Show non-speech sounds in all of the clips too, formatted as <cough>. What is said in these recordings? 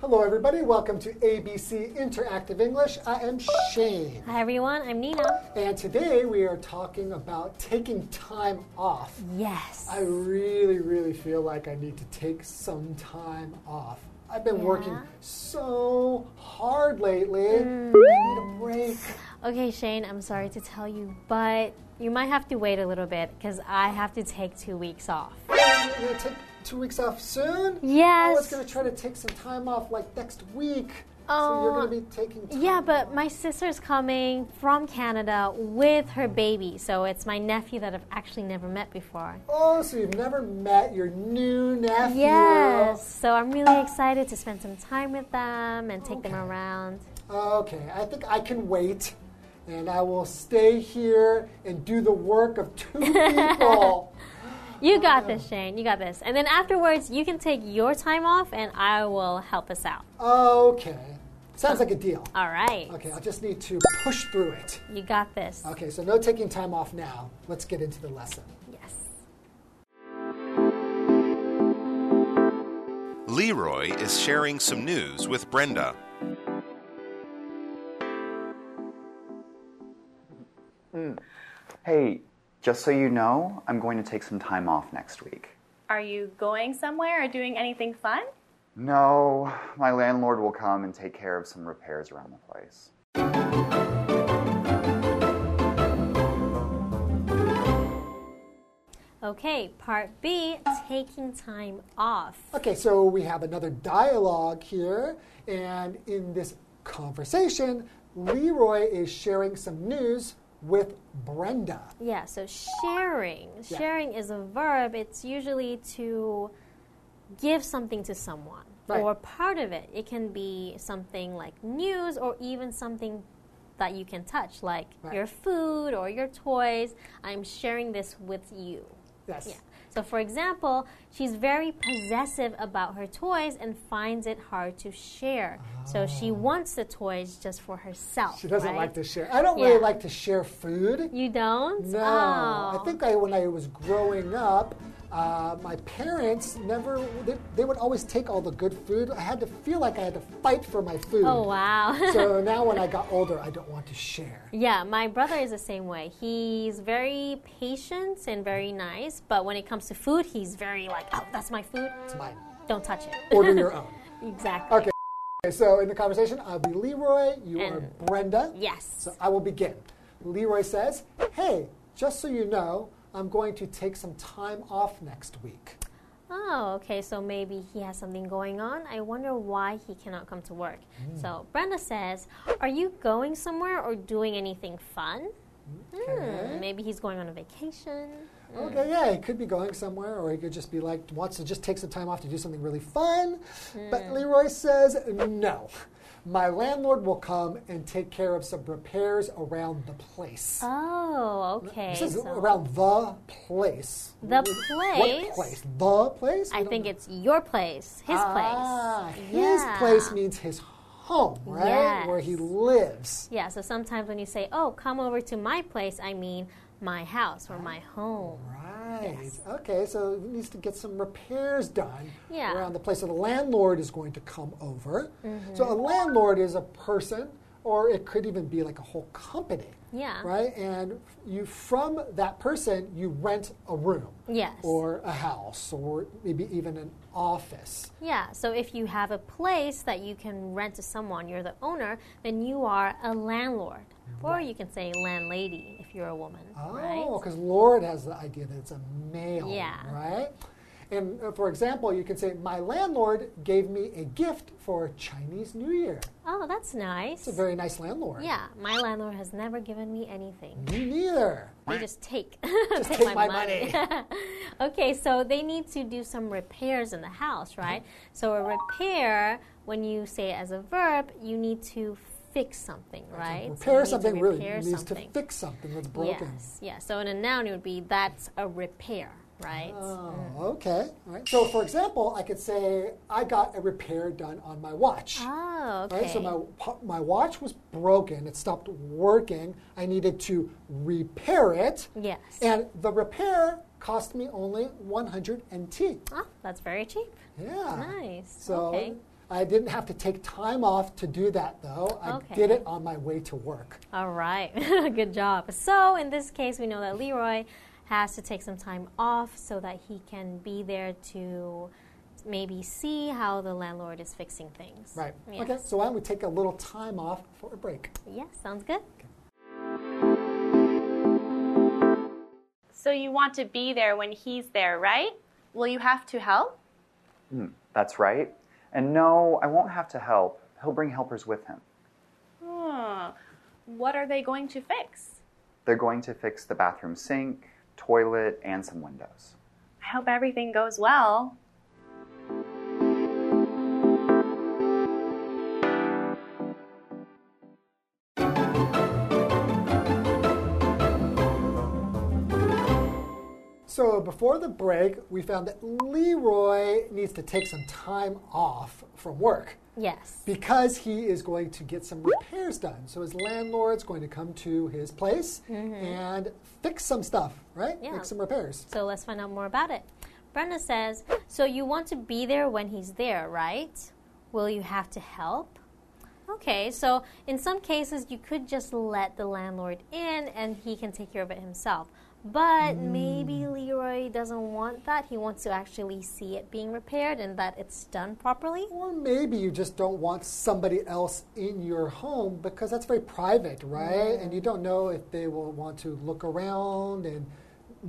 Hello, everybody. Welcome to ABC Interactive English. I am Shane. Hi everyone, I'm Nina. And today we are talking about taking time off. Yes. I really, really feel like I need to take some time off. I've been working Yeah? so hard lately. I Mm. need a break. Okay, Shane, I'm sorry to tell you, but you might have to wait a little bit because I have to take two weeks off. You're going to take two weeks off soon? I was Yes. going to try to take some time off like next week. so you're Oh. going to be taking time Yeah, but my sister's coming from Canada with her baby, so it's my nephew that I've actually never met before. Oh, so you've never met your new nephew. Yes. So I'm really excited to spend some time with them and take them Okay. around. Okay, I think I can wait. And I will stay here and do the work of <laughs> two people. You got this, Shane. You got this. And then afterwards, you can take your time off and I will help us out. okay. Sounds like a deal. All right. Okay, I just need to push through it. You got this. Okay, so no taking time off now. Let's get into the lesson. Yes. Leroy is sharing some news with Brenda. Hey, just so you know, I'm going to take some time off next week. Are you going somewhere or doing anything fun? No, my landlord will come and take care of some repairs around the place. Okay, part B taking time off. Okay, so we have another dialogue here. And in this conversation, Leroy is sharing some news with Brenda. Yeah, so sharing. Sharing is a verb, it's usually to give something to someone Right. or part of it. It can be something like news or even something that you can touch, like Right. your food or your toys. I'm sharing this with you. Yes. Yeah. So, for example, she's very possessive about her toys and finds it hard to share. So she wants the toys just for herself. Ah. She doesn't right? like to share. I don't really Yeah. like to share food. You don't? No, Oh. I think I, when I was growing up, uh, my parents never, they, they would always take all the good food. I had to feel like I had to fight for my food. Oh wow. <laughs> <laughs> so now when I got older, I don't want to share. yeah, my brother is the same way. He's very patient and very nice, but when it comes to food, he's very like, "Oh, that's my food. It's mine. Don't touch it." <laughs> Order your own. exactly. Okay. Okay, so in the conversation, I'll be Leroy, you And- are Brenda. Yes. So I will begin. Leroy says, Hey, just so you know, I'm going to take some time off next week. Oh, okay. So maybe he has something going on. I wonder why he cannot come to work. So Brenda says, Are you going somewhere or doing anything fun? Hmm, maybe he's going on a vacation. Okay, yeah, he could be going somewhere, or he could just be like, wants to just take some time off to do something really fun. But Hmm. Leroy says, no. My landlord will come and take care of some repairs around the place. Oh, okay. He says so around the place. the What place. place? The place? I think it's your place, his ah, place. His Yeah. place means his home, right? Where he Yes. lives. Yeah, so sometimes when you say, Oh, come over to my place, I mean my house or my home. Right. Okay, so he needs to get some repairs done Yeah. around the place. So the landlord is going to come over. Mm-hmm. So a landlord is a person, or it could even be like a whole company. Yeah. Right? And you from that person you rent a room. Yes. Or a house, or maybe even an office. Yeah, so if you have a place that you can rent to someone, you're the owner, then you are a landlord. Or you can say landlady if you're a woman, Oh, right? because Lord has the idea that it's a male, Yeah. right? And uh, for example, you can say, My landlord gave me a gift for Chinese New Year. Oh, that's nice. It's a very nice landlord. yeah, my landlord has never given me anything. Me neither. They just take, <laughs> take my okay, so they need to do some repairs in the house, right? Mm-hmm. So a repair, when you say it as a verb, you need to fix something, right? So <laughs> you Repair need to something really repair means something. to fix something that's broken. Yes, yeah. So in a noun, it would be that's a repair, right? Mm. Oh, okay. All right. So, for example, I could say, I got a repair done on my watch. oh, Right, okay. so my wa- my watch was broken. It stopped working. I needed to repair it. Yes. And the repair cost me only 100 NT. Ah, that's very cheap. Yeah. Nice. So okay. I didn't have to take time off to do that, though. I Okay. did it on my way to work. All right, <laughs> good job. So, in this case, we know that Leroy has to take some time off so that he can be there to maybe see how the landlord is fixing things. Right. Yeah. Okay, so why don't we take a little time off for a break? Yeah, sounds good. So you want to be there when he's there, right? Will you have to help? Hmm, That's right. And no, I won't have to help. He'll bring helpers with him. Hmm. What are they going to fix? They're going to fix the bathroom sink, toilet, and some windows. I hope everything goes well. So before the break, we found that Leroy needs to take some time off from work Yes. because he is going to get some repairs done. So his landlord's going to come to his place and fix some stuff, right? Mm-hmm. Yeah. Make some repairs. So, let's find out more about it. Brenda says, So you want to be there when he's there, right? Will you have to help? Okay, so in some cases, you could just let the landlord in and he can take care of it himself. But Mm. maybe Leroy doesn't want that. He wants to actually see it being repaired and that it's done properly. Or maybe you just don't want somebody else in your home because that's very private, right? And you don't know if they will want to look around and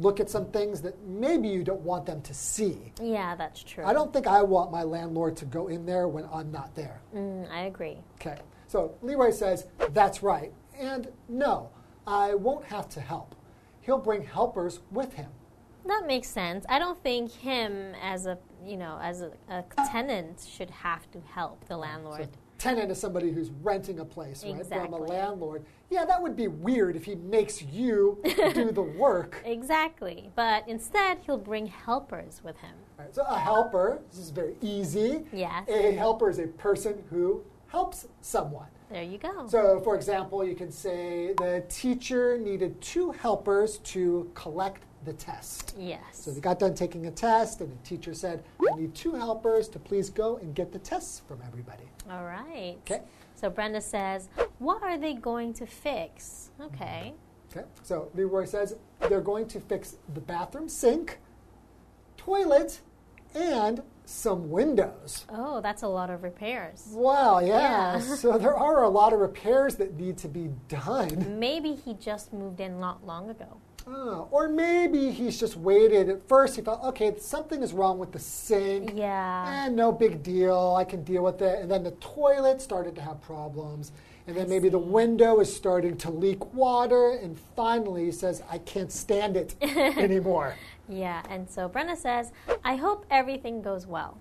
look at some things that maybe you don't want them to see. Yeah, that's true. I don't think I want my landlord to go in there when I'm not there. Mm, I agree. Okay, so Leroy says, That's right. And no, I won't have to help. He'll bring helpers with him. That makes sense. I don't think him as a you know as a, a tenant should have to help the landlord. Tenant is somebody who's renting a place, right? But I'm a Exactly. landlord. Yeah, that would be weird if he makes you do <laughs> the work. Exactly. But instead, he'll bring helpers with him. Right, so a helper, this is very easy. Yes. A helper is a person who helps someone. There you go. So, for example, you can say the teacher needed two helpers to collect the test. yes. So they got done taking a test, and the teacher said, I need two helpers to please go and get the tests from everybody. All right. 'Kay. So Brenda says, What are they going to fix? Okay. Okay, so Leroy says they're going to fix the bathroom sink, toilet, and some windows. Oh, that's a lot of repairs. Wow, yeah. <laughs> so there are a lot of repairs that need to be done. Maybe he just moved in not long ago. Ah, or maybe he's just waited. At first, he thought, okay, something is wrong with the sink. Yeah. Eh, no big deal. I can deal with it. And then the toilet started to have problems. And then maybe the window is starting to leak water. And finally, he says, I can't stand it anymore. Yeah. And so Brenda says, I hope everything goes well.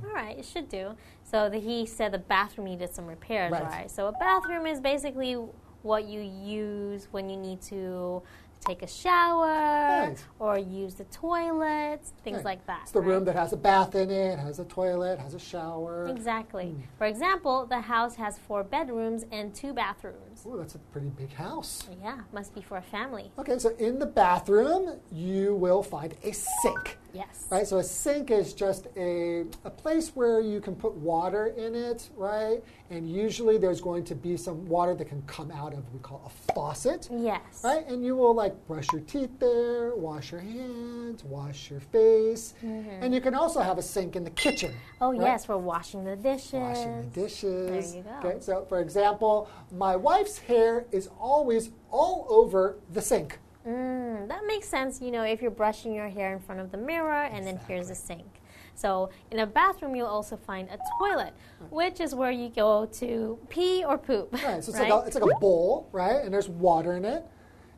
Hmm. All right, it should do. So the, he said the bathroom needed some repairs, Right. right. So a bathroom is basically what you use when you need to take a shower Right. or use the toilet, things Right. like that. It's the right? room that has a bath in it, has a toilet, has a shower. Exactly. Hmm. For example, the house has four bedrooms and two bathrooms. Ooh, that's a pretty big house. Yeah, must be for a family. Okay, so in the bathroom, you will find a sink. Yes. Right, so a sink is just a, a place where you can put water in it, right? And usually there's going to be some water that can come out of what we call a faucet, Yes. right? And you will like brush your teeth there, wash your hands, wash your face. And you can also have a sink in the kitchen. Mm-hmm. Oh, right? yes, for washing the dishes. Washing the dishes. There you go. Okay, so for example, my wife's hair is always all over the sink. Mm, that makes sense, you know, if you're brushing your hair in front of the mirror and then here's the sink. So, in a bathroom, you'll also find a toilet, which is where you go to pee or poop. Hmm. Right, so it's, Like a, it's like a bowl, right? And there's water in it.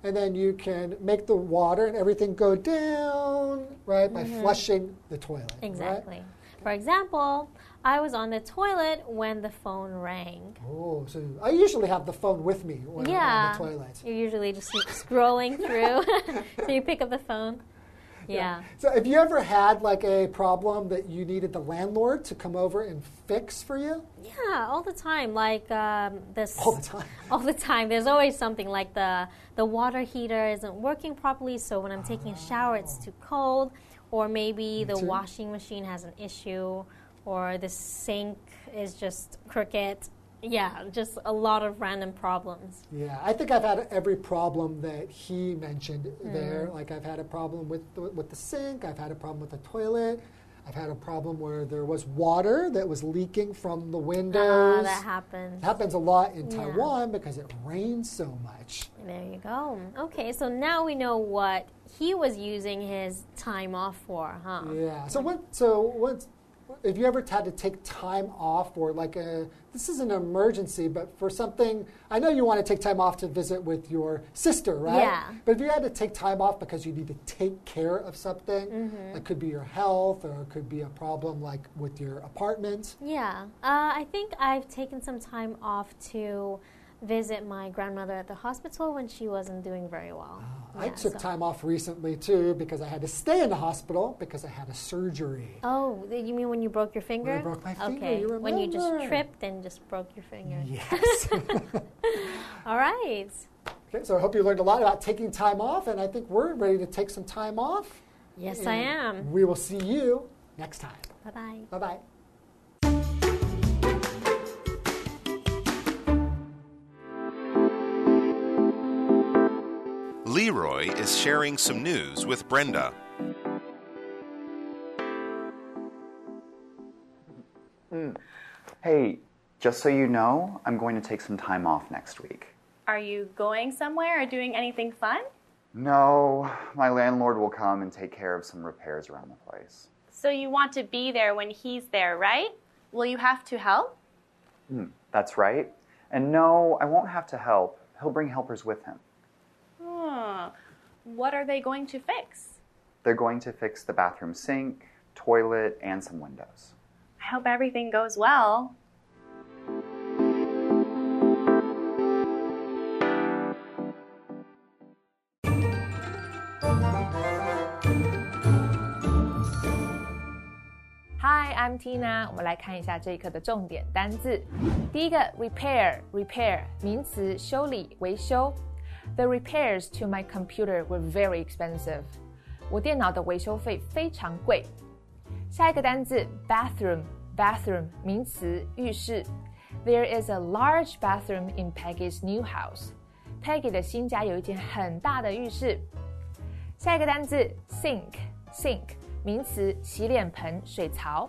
And then you can make the water and everything go down, right, by flushing the toilet. right? Mm-hmm. exactly. For example, I was on the toilet when the phone rang. Oh, so I usually have the phone with me when yeah. I'm on the toilet. You're usually just like, scrolling through. <laughs> so you pick up the phone. Yeah. So have you ever had like a problem that you needed the landlord to come over and fix for you? Yeah, all the time. Like um, this. All the time. All the time. There's always something like the the water heater isn't working properly, so when I'm taking a shower, it's too cold, or maybe the too. washing machine has an issue, or the sink is just crooked. Yeah, just a lot of random problems. Yeah, I think I've had every problem that he mentioned Mm-hmm. there. Like I've had a problem with the, with the sink. I've had a problem with the toilet. I've had a problem where there was water that was leaking from the windows. Ah, that happens. It happens a lot in Taiwan because it rains so much. There you go. Okay, so now we know what he was using his time off for, huh? Yeah. So what? So what's If you ever had to take time off, or like a this is an emergency, but for something, I know you want to take time off to visit with your sister, right? Yeah. But if you had to take time off because you need to take care of something, Mm-hmm. it could be your health, or it could be a problem like with your apartment. Yeah. Uh, I think I've taken some time off to visit my grandmother at the hospital when she wasn't doing very well. Ah, I Yeah, took so- time off recently too because I had to stay in the hospital because I had a <laughs> surgery. Oh, th- you mean when you broke your finger? broke my finger, Okay. you When you just remember. tripped and just broke your finger. Yes. <laughs> All <laughs> right. okay, so I hope you learned a lot about taking time off, and I think we're ready to take some time off. Yes, I am. We will see you next time. Bye bye. Bye bye. Leroy is sharing some news with Brenda. Hey, just so you know, I'm going to take some time off next week. Are you going somewhere or doing anything fun? No, my landlord will come and take care of some repairs around the place. So you want to be there when he's there, right? Will you have to help? Hmm, That's right. And no, I won't have to help. He'll bring helpers with him. Hmm. What are they going to fix? They're going to fix the bathroom sink, toilet, and some windows. I hope everything goes well. Hi, I'm Tina。我们来看一下这一课的重点单字。第一个 repair，repair 名词，修理、维修。The repairs to my computer were very expensive。我电脑的维修费非常贵。下一个单字 bathroom，bathroom 名词，浴室。There is a large bathroom in Peggy's new house。Peggy 的新家有一间很大的浴室。下一个单字 sink，sink 名词，洗脸盆、水槽。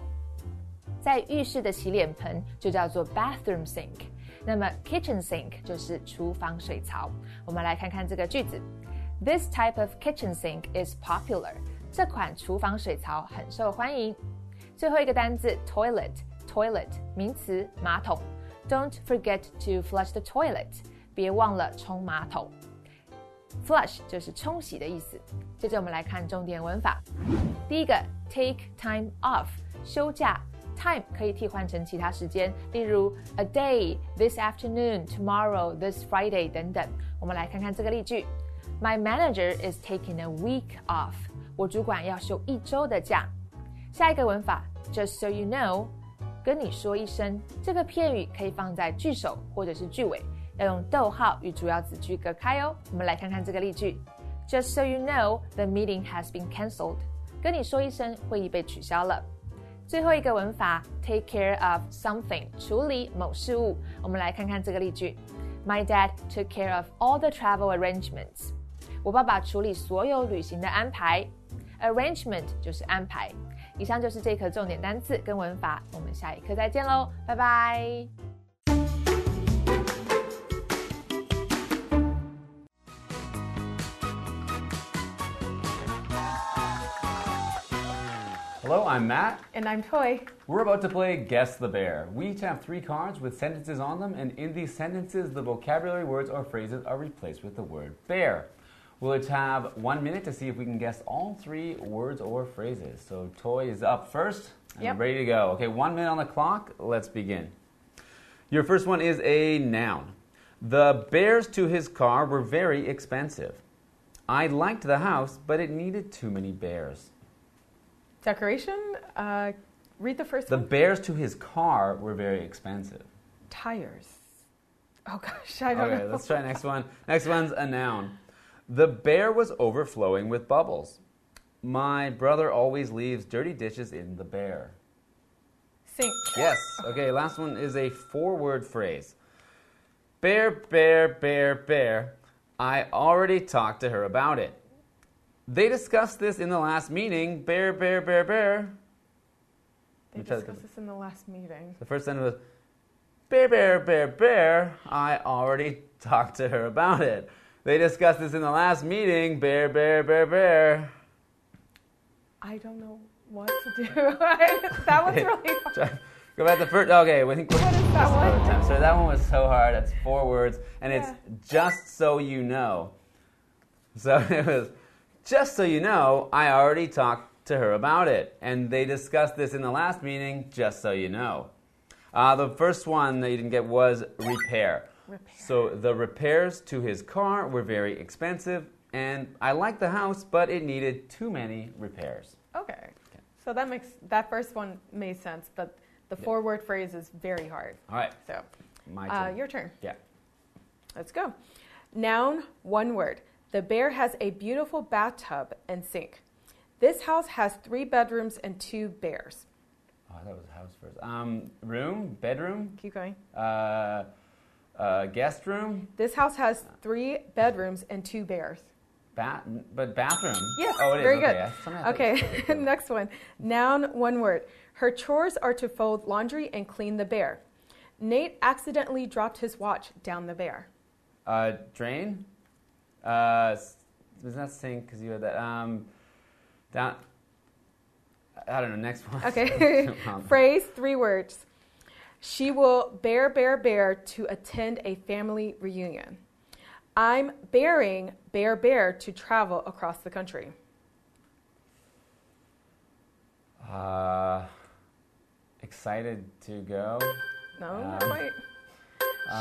在浴室的洗脸盆就叫做 bathroom sink，那么 kitchen sink 就是厨房水槽。我们来看看这个句子：This type of kitchen sink is popular。这款厨房水槽很受欢迎。最后一个单字 toilet，toilet 名词，马桶。Don't forget to flush the toilet，别忘了冲马桶。Flush 就是冲洗的意思。接着我们来看重点文法。第一个 take time off 休假，time 可以替换成其他时间，例如 a day, this afternoon, tomorrow, this Friday 等等。我们来看看这个例句：My manager is taking a week off。我主管要休一周的假。下一个文法，just so you know，跟你说一声。这个片语可以放在句首或者是句尾，要用逗号与主要子句隔开哦。我们来看看这个例句：Just so you know, the meeting has been cancelled。跟你说一声，会议被取消了。最后一个文法，take care of something，处理某事物。我们来看看这个例句：My dad took care of all the travel arrangements。我爸爸处理所有旅行的安排。Arrangement 就是安排。以上就是这一课重点单词跟文法，我们下一课再见喽，拜拜。 Hello, I'm Matt. And I'm Toy. We're about to play Guess the Bear. We each have three cards with sentences on them, and in these sentences, the vocabulary words or phrases are replaced with the word bear. We'll each have one minute to see if we can guess all three words or phrases. So, Toy is up first and Yep. ready to go. Okay, one minute on the clock. Let's begin. Your first one is a noun. The bears to his car were very expensive. I liked the house, but it needed too many bears. Decoration. Uh, read the first The one. bears to his car were very expensive. Tires. Oh gosh, I don't Okay, know. let's try next one. Next one's a noun. The bear was overflowing with bubbles. My brother always leaves dirty dishes in the bear. Sink. Yes. Okay, last one is a four word phrase Bear, bear, bear, bear. I already talked to her about it. They discussed this in the last meeting. Bear, bear, bear, bear. They me try to discussed this in the last meeting. The first sentence was Bear, bear, bear, bear. I already <laughs> talked to her about it. They discussed this in the last meeting. Bear, bear, bear, bear. <laughs> I don't know what to do. <laughs> that was really hard. Try- Go back to first. Okay, we think. What is that one? So that one was so hard. That's four words, and it's just so you know. So <laughs> it was just so you know. I already talked to her about it, and they discussed this in the last meeting. Just so you know, uh, the first one that you didn't get was repair. Repair. So the repairs to his car were very expensive, and I liked the house, but it needed too many repairs. Okay. So that makes that first one made sense, but the four word phrase is very hard. All right, So my uh, turn. your turn. yeah. Let's go. Noun, one word. The bear has a beautiful bathtub and sink. This house has three bedrooms and two bears. Oh, that was house first. Um, room, bedroom, Keep going. uh, uh, guest room, This house has three bedrooms and two bears. bath, but bathroom. Yes, Oh, it is. very okay. good. I- somehow I thought- <laughs> okay, next one. Noun, one word. Her chores are to fold laundry and clean the bear. Nate accidentally dropped his watch down the bear. Uh, drain. Uh, s- was not sink because you had that. Um, down. I don't know. Next one. <laughs> Okay. <laughs> Um, Phrase, three words. She will bear, bear, bear to attend a family reunion. I'm bearing, bear, bear to travel across the country. Uh, excited to go. No, Uh, not quite.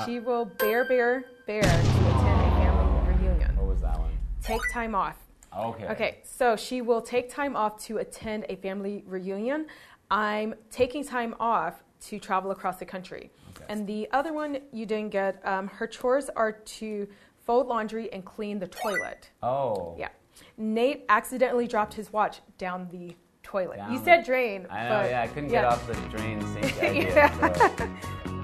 she will bear, bear, bear to attend a family reunion. What was that one? Take time off. Okay. Okay, so she will take time off to attend a family reunion. I'm taking time off to travel across the country. And the other one you didn't get, um, her chores are to fold laundry and clean the toilet. Oh. Yeah. Nate accidentally dropped his watch down the toilet. you Down said the- drain. I know. but yeah, I couldn't get <laughs> yeah. off the drain sink idea. Yeah. so-